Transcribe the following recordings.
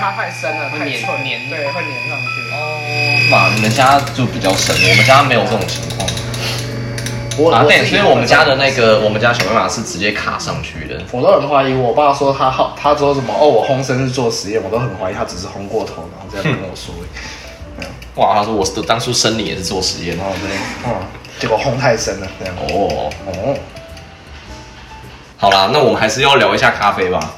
它太深了，会太粘脆，粘对，会粘上去。哦，嘛，你们家就比较省，我们家没有这种情况。我啊，我对，自己所以我们家的那个，我们家小妹马是直接卡上去的。我都很怀疑，我爸说他好，他说什么哦，我烘生是做实验，我都很怀疑他只是烘过头，然后这样跟我说。 哇，他说我当初生你也是做实验然后对，嗯，结果烘太深了，这样。哦。哦，好啦，那我们还是要聊一下咖啡吧。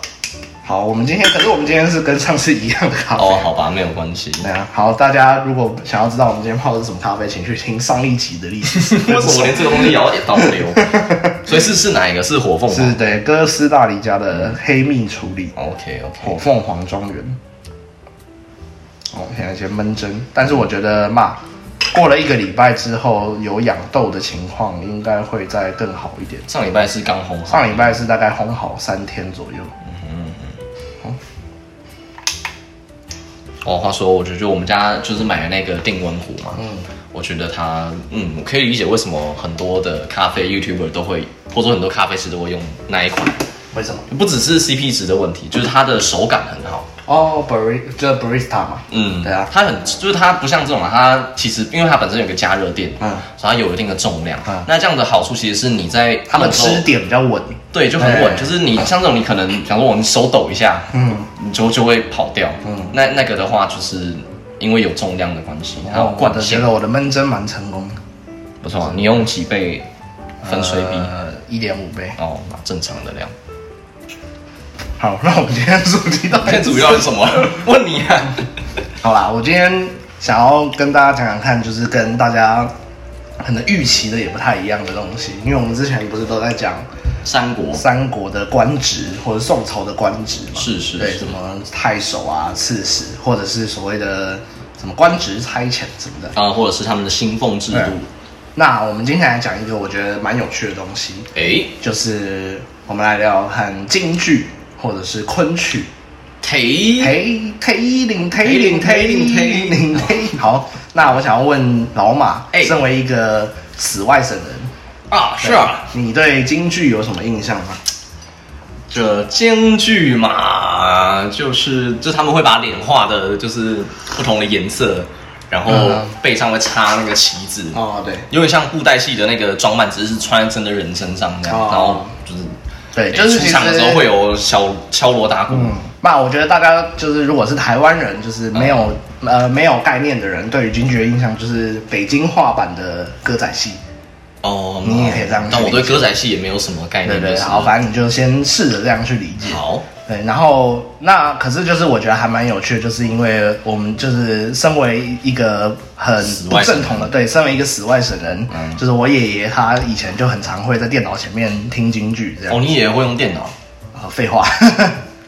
好，我们今天可是我们今天是跟上次一样的咖啡。哦，好吧，没有关系。那样好，大家如果想要知道我们今天泡的是什么咖啡，请去听上一集的历 史。为什么我连这个东西也要倒 流？所以是是哪一个？是哦火凤是吗对哥斯达黎加的黑蜜处理？OK 火 OK，凤凰庄园。哦，现在先闷蒸，但是我觉得嘛，过了一个礼拜之后有养豆的情况，应该会再更好一点。上礼拜是刚烘好上礼拜是大概烘好三天左右，哦，话说，我就觉得我们家就是买了那个定温壶嘛，嗯，我觉得它，嗯，我可以理解为什么很多的咖啡 YouTuber 都会，或者说很多咖啡师都会用那一款，为什么？不只是 CP 值的问题，就是它的手感很好，哦，barista 就是 barista 嘛，嗯，对啊，它很就是它不像这种啊，它其实因为它本身有个加热垫，嗯嗯，所以它有一定的重量，嗯那这样的好处其实是你在他们用的时候支点比较稳。对，就很稳，哎就是你像这种，你可能想说我们手抖一下，嗯，你就就会跑掉。嗯，那那个的话，就是因为有重量的关系，还有哦我惯的觉性，得我的闷蒸蛮成功的，不错啊。你用几倍粉水比？呃，一点五倍。哦，正常的量。好，那我们今天主题到今底天主要是什么？ 问你啊。好啦，我今天想要跟大家讲讲看，就是跟大家可能预期的也不太一样的东西，因为我们之前不是都在讲三国三国的官职或者宋朝的官职嘛，是是对，是什么太守啊、刺史，或者是所谓的什么官职差遣什么的。啊，或者是他们的薪俸制对度。那我们今天来讲一个我觉得蛮有趣的东西，哎，就是我们来聊看京剧或者是昆曲。忒推推领推领推领推领推。好，那我想要问老马，哎身为一个死外省人，啊，是啊，你对京剧有什么印象吗？这京剧嘛，就是就他们会把脸画的，就是不同的颜色，然后嗯背上会插那个旗子。哦，对，有点像布袋戏的那个装扮，只是穿在真的人身上这样，哦然后就是对，就是哎出其实场的时候会有小敲锣打鼓，嗯，那我觉得大家就是如果是台湾人，就是没有、嗯呃没有概念的人，对于京剧的印象就是北京话版的歌仔戏。哦，你也可以这样去理解但我对歌仔戏也没有什么概对念，对，就是好，反正你就先试着这样去理解。好，对，然后那可是就是我觉得还蛮有趣的，就是因为我们就是身为一个很死不外省正统的，对，身为一个死外省人，嗯就是我爷爷他以前就很常会在电脑前面听京剧这样。哦，你也会用电脑？啊，废 话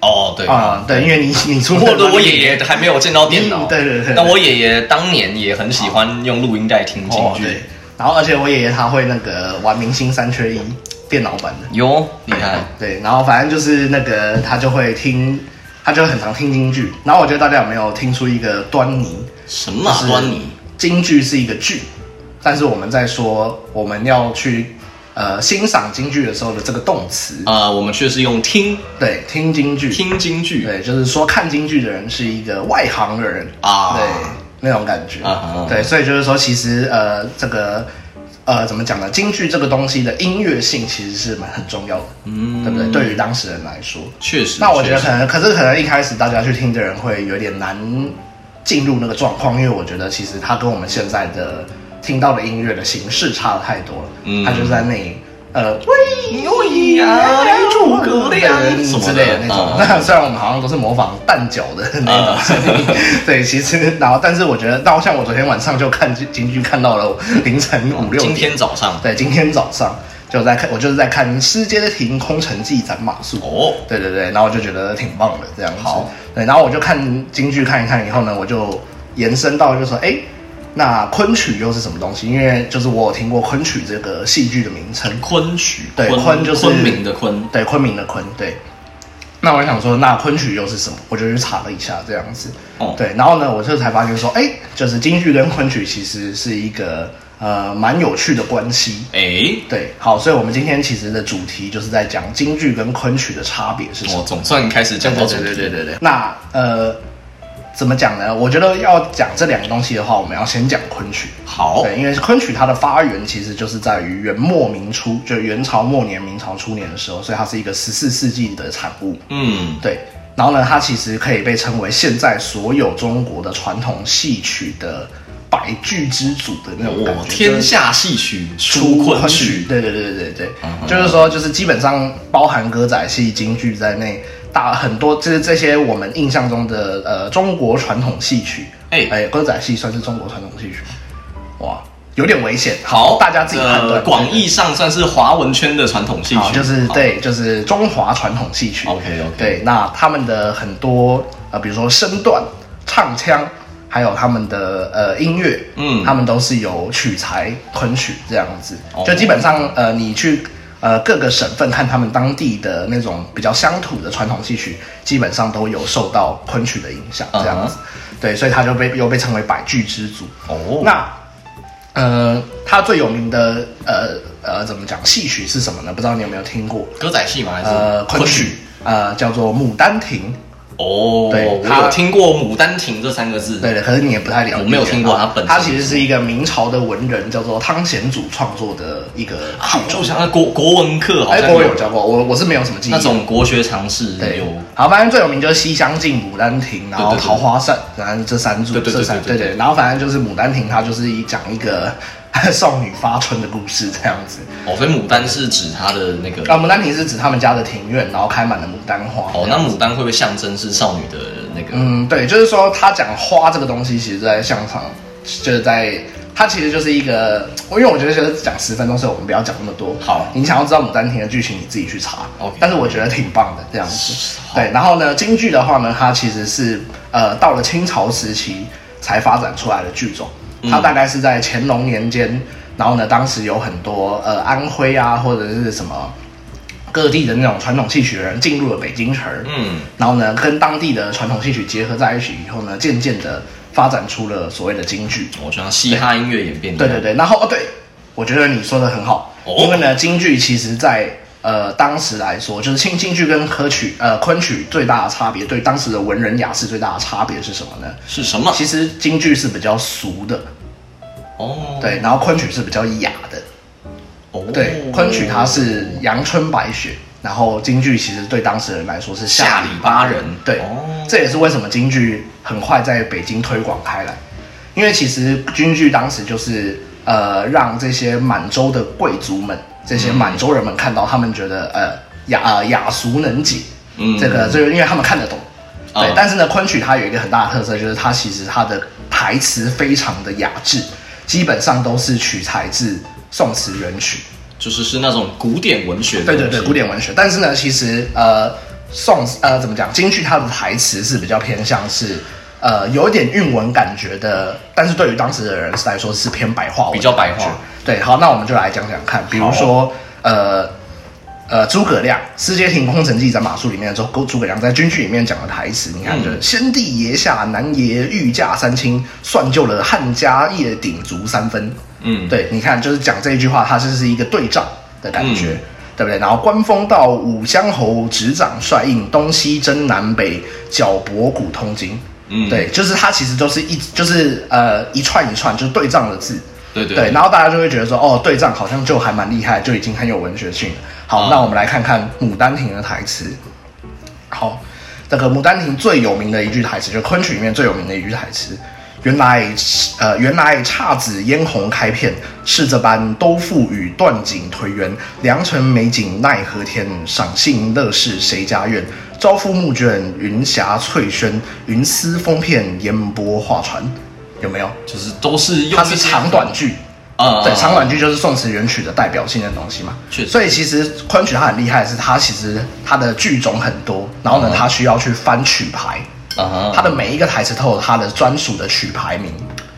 哦，对啊，对，因为你你出或门 者我爷爷还没有见到电脑，嗯对对对对但我爷爷当年也很喜欢用录音带听京哦对剧，，然后而且我爷爷他会那个玩《明星三缺一》电脑版的，哟，厉害，对，然后反正就是那个他就会听，他就很常听京剧，然后我觉得大家有没有听出一个端倪？什么啊端倪？呃京剧是一个剧，但是我们在说我们要去呃欣赏京剧的时候的这个动词，啊，我们却是用听对，听京剧，听京剧，对，就是说看京剧的人是一个外行的人啊对，那种感觉，啊对，所以就是说，其实呃，这个呃，怎么讲呢？京剧这个东西的音乐性其实是蛮很重要的，嗯，对不对？对于当事人来说，确实。那我觉得确实可能，可是可能一开始大家去听的人会有点难进入那个状况，因为我觉得其实它跟我们现在的听到的音乐的形式差得太多了。嗯它就是在那里呃，喂呀哎诸葛亮对啊什么的之类的那种嗯。那虽然我们好像都是模仿蛋饺的那种声音，嗯 对，其实然后但是我觉得，然后像我昨天晚上就看京剧看到了凌晨五六哦今点，天早上对，今天早上就在看，我就是在看《世界的凭空城记》斩马谡。哦，对对对，然后我就觉得挺棒的这样子。好，对，然后我就看京剧看一看以后呢，我就延伸到就说，哎，那昆曲又是什么东西？因为就是我有听过昆曲这个戏剧的名称，昆曲，对昆就是昆明的昆，对，昆明的昆，对。那我想说，那昆曲又是什么？我就去查了一下，这样子。哦对，然后呢，我就才发现说，哎，就是京剧跟昆曲其实是一个呃蛮有趣的关系。哎，对，好，所以我们今天其实的主题就是在讲京剧跟昆曲的差别是什么我。总算开始降到对主题，对对对对对。那呃，怎么讲呢？我觉得要讲这两个东西的话，我们要先讲昆曲。好，对，因为昆曲它的发源其实就是在于元末明初，就元朝末年、明朝初年的时候，所以它是一个十四世纪的产物。嗯，对，然后呢，它其实可以被称为现在所有中国的传统戏曲的百剧之祖的那种感我觉。天下戏曲出出昆曲，嗯对对对对对对，就是说，就是基本上包含歌仔戏、京剧在内，大很多就是这些我们印象中的呃中国传统戏曲，哎哎，歌仔戏算是中国传统戏曲吗，哇，有点危险，好，大家自己判呃断。广义上算是华文圈的传统戏好，曲，啊就是对，就是中华传统戏曲。 OK，OK 对，那他们的很多呃，比如说身段、唱腔，还有他们的呃音乐，嗯他们都是有取材昆曲这样子，哦就基本上呃，你去。呃，各个省份和他们当地的那种比较乡土的传统戏曲，基本上都有受到昆曲的影响，这样子嗯对，所以它就被又被称为百剧之祖。哦，那呃，他最有名的呃呃怎么讲戏曲是什么呢？不知道你有没有听过？歌仔戏吗？还是呃，昆曲？呃叫做《牡丹亭哦，对我它有听过《牡丹亭》这三个》。字，对的，可是你也不太了解。我没有听过它它本身它其实是一个明朝的文人叫做汤显祖创作的一个啊，剧我种。想到国国文课好哎，像我有教过，我我是没有什么记忆。那种国学常识对有，好，反正最有名就是《西厢记》《牡丹亭》，然后对《对对桃花扇》，然后这三组，对对对这三对对对对，然后反正就是《牡丹亭》，它就是一讲一个 少女发春的故事这样子。哦，所以牡丹是指它的那个啊，牡丹亭是指他们家的庭院，然后开满了牡丹花。哦，那牡丹会不会象征是少女的那个？嗯，对，就是说他讲花这个东西，其实在相场，就是在它其实就是一个，因为我觉得就是讲十分钟，所以我们不要讲那么多。好你想要知道牡丹亭的剧情，你自己去查。 OK 但是我觉得挺棒的这样子。好对，然后呢，京剧的话呢，它其实是呃到了清朝时期才发展出来的剧种，嗯它大概是在乾隆年间，然后呢，当时有很多呃安徽啊或者是什么各地的那种传统戏曲的人进入了北京城，嗯，然后呢，跟当地的传统戏曲结合在一起以后呢，渐渐的发展出了所谓的京剧。我觉得嘻哈音乐演变对对对，然后哦对，我觉得你说的很好，嗯哦因为呢，京剧其实在呃当时来说，就是清京剧跟科曲呃昆曲最大的差别，对当时的文人雅士最大的差别是什么呢？是什么？其实京剧是比较俗的，哦，对，然后昆曲是比较雅的，哦，对，昆曲它是阳春白雪，然后京剧其实对当事人来说是下里里巴人对，哦这也是为什么京剧很快在北京推广开来，因为其实京剧当时就是呃让这些满洲的贵族们，这嗯些满洲人们看到，他们觉得呃雅呃雅俗能解，嗯这个就是因为他们看得懂。对嗯，但是呢，昆曲它有一个很大的特色，就是它其实它的台词非常的雅致，基本上都是取材自宋词元曲。就是是那种古典文学的对东西，对对，古典文学。但是呢，其实呃，宋呃怎么讲，京剧它的台词是比较偏向是呃有一点韵文感觉的，但是对于当时的人来说是偏白话文，比较白话。对，好，那我们就来讲讲看，比如说呃。呃，诸葛亮《世界亭空城计》在马术里面的时候，诸葛亮在军剧里面讲的台词，你看，嗯就是“先帝爷下南爷御驾三清，算就了汉家业鼎足三分。”嗯，对，你看，就是讲这一句话，它就是一个对仗的感觉，嗯对不对？然后官封到五乡侯，执掌帅印，东西征南北，剿博古通今。嗯对，就是它其实都是一，就是呃一串一串，就是对仗的字。对对对，然后大家就会觉得说，哦，对仗好像就还蛮厉害，就已经很有文学性了。好，嗯那我们来看看《牡丹亭》的台词。好，这个《牡丹亭》最有名的一句台词，就是昆曲里面最有名的一句台词。原来，呃，原来姹紫嫣红开遍，是这般都付与断井颓垣。良辰美景奈何天，赏杏乐事谁家院？朝夫暮卷，云霞翠轩，云丝风片，烟波画船。有没有？就是都是用它是一些长短句。啊，对，长短句就是宋词元曲的代表性的东西嘛。确实所以其实昆曲它很厉害，是它其实它的剧种很多，然后呢，嗯它需要去翻曲牌，啊，它的每一个台词都有它的专属的曲牌名，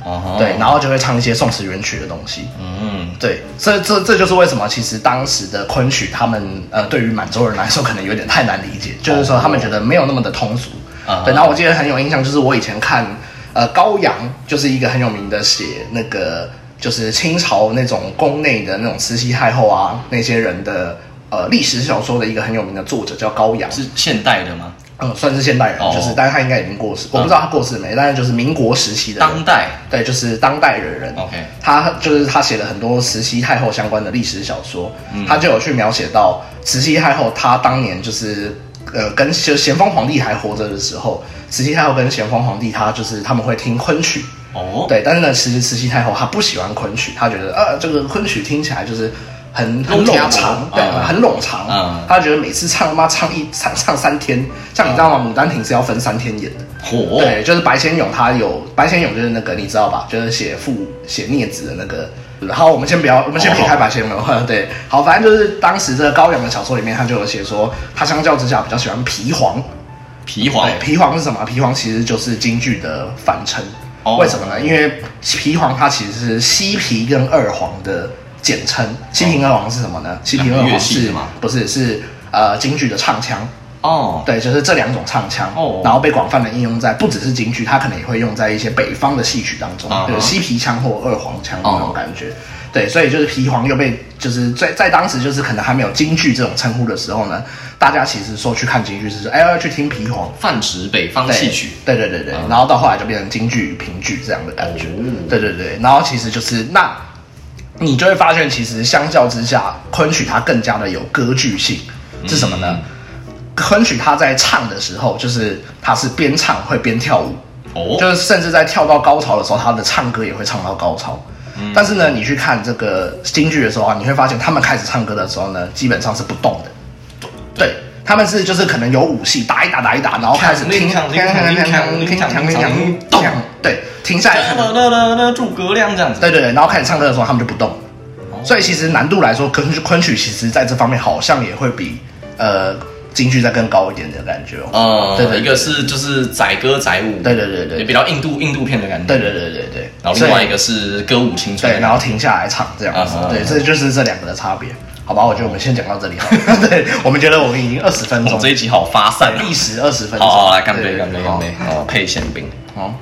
啊，对，，然后就会唱一些宋词元曲的东西。嗯，对，这这这就是为什么其实当时的昆曲，他们呃对于满洲人来说可能有点太难理解，就是说他们觉得没有那么的通俗。啊对，然后我记得很有印象，就是我以前看呃高阳，就是一个很有名的写那个就是清朝那种宫内的那种慈禧太后啊那些人的呃历史小说的一个很有名的作者叫高阳，是现代的吗？嗯，算是现代人，哦就是，但是他应该已经过世，我不知道他过世没，但是就是民国时期的人当代对，就是当代的人。 OK 他就是他写了很多慈禧太后相关的历史小说，嗯他就有去描写到慈禧太后，她当年就是呃跟咸咸丰皇帝还活着的时候，慈禧太后跟咸丰皇帝他就是他们会听昆曲，哦，对，但是呢，其实慈禧太后她不喜欢昆曲，她觉得呃这个昆曲听起来就是。很很弄冗腔长嗯，对，很冗长嗯。她觉得每次唱妈唱一唱唱三天，像你知道吗？嗯《牡丹亭》是要分三天演的，火对，就是白先勇，他有白先勇就是那个你知道吧，就是写父写孽子的那个。好，我们先不要，我们先撇开白先勇。哦 对，好，反正就是当时这个高阳的小说里面，他就有写说，他相较之下比较喜欢皮黄。哦皮黄对，皮黄是什么？皮黄其实就是京剧的反称。哦为什么呢？因为皮黄它其实是西皮跟二黄的简称。西皮跟二黄是什么呢？西皮跟二乐黄器是是吗不是是呃京剧的唱腔？哦，对，就是这两种唱腔，哦然后被广泛的应用在不只是京剧，它可能也会用在一些北方的戏曲当中，啊哈就是西皮腔或二黄腔那哦种感觉。对，所以就是皮黄又被就是在在当时就是可能还没有京剧这种称呼的时候呢，大家其实说去看京剧是说哎要去听皮黄。泛指北方对戏曲，对对对对，啊然后到后来就变成京剧与评剧这样的感觉，哦对对对，然后其实就是那，你就会发现其实相较之下，昆曲它更加的有歌剧性，是什么呢？嗯昆曲它在唱的时候，就是它是边唱会边跳舞，哦，就是甚至在跳到高潮的时候，他的唱歌也会唱到高潮。嗯但是呢，你去看这个京剧的时候啊，你会发现他们开始唱歌的时候呢，基本上是不动的。对，他们是就是可能有武戏打一打打一打，然后开始听，对，停下来可能哒哒哒哒诸葛亮这样子，对对对，然后开始唱歌的时候，他们就不动。哦所以其实难度来说，昆昆曲其实在这方面好像也会比呃京剧再更高一点的感觉哦。呃，对对一个是就是载歌载舞，对对对对也比较印度印度片的感觉，对对对对对。然后另外一个是歌舞青春对，的感觉，然后停下来唱这样子啊，对，这就是这两个的差别，好吧？我觉得我们先讲到这里好了， 对，我们觉得我们已经二十分我钟哦们这，一集好发散啊，历史二十分钟，好好来干杯对干杯干杯，，哦，配馅饼。好好，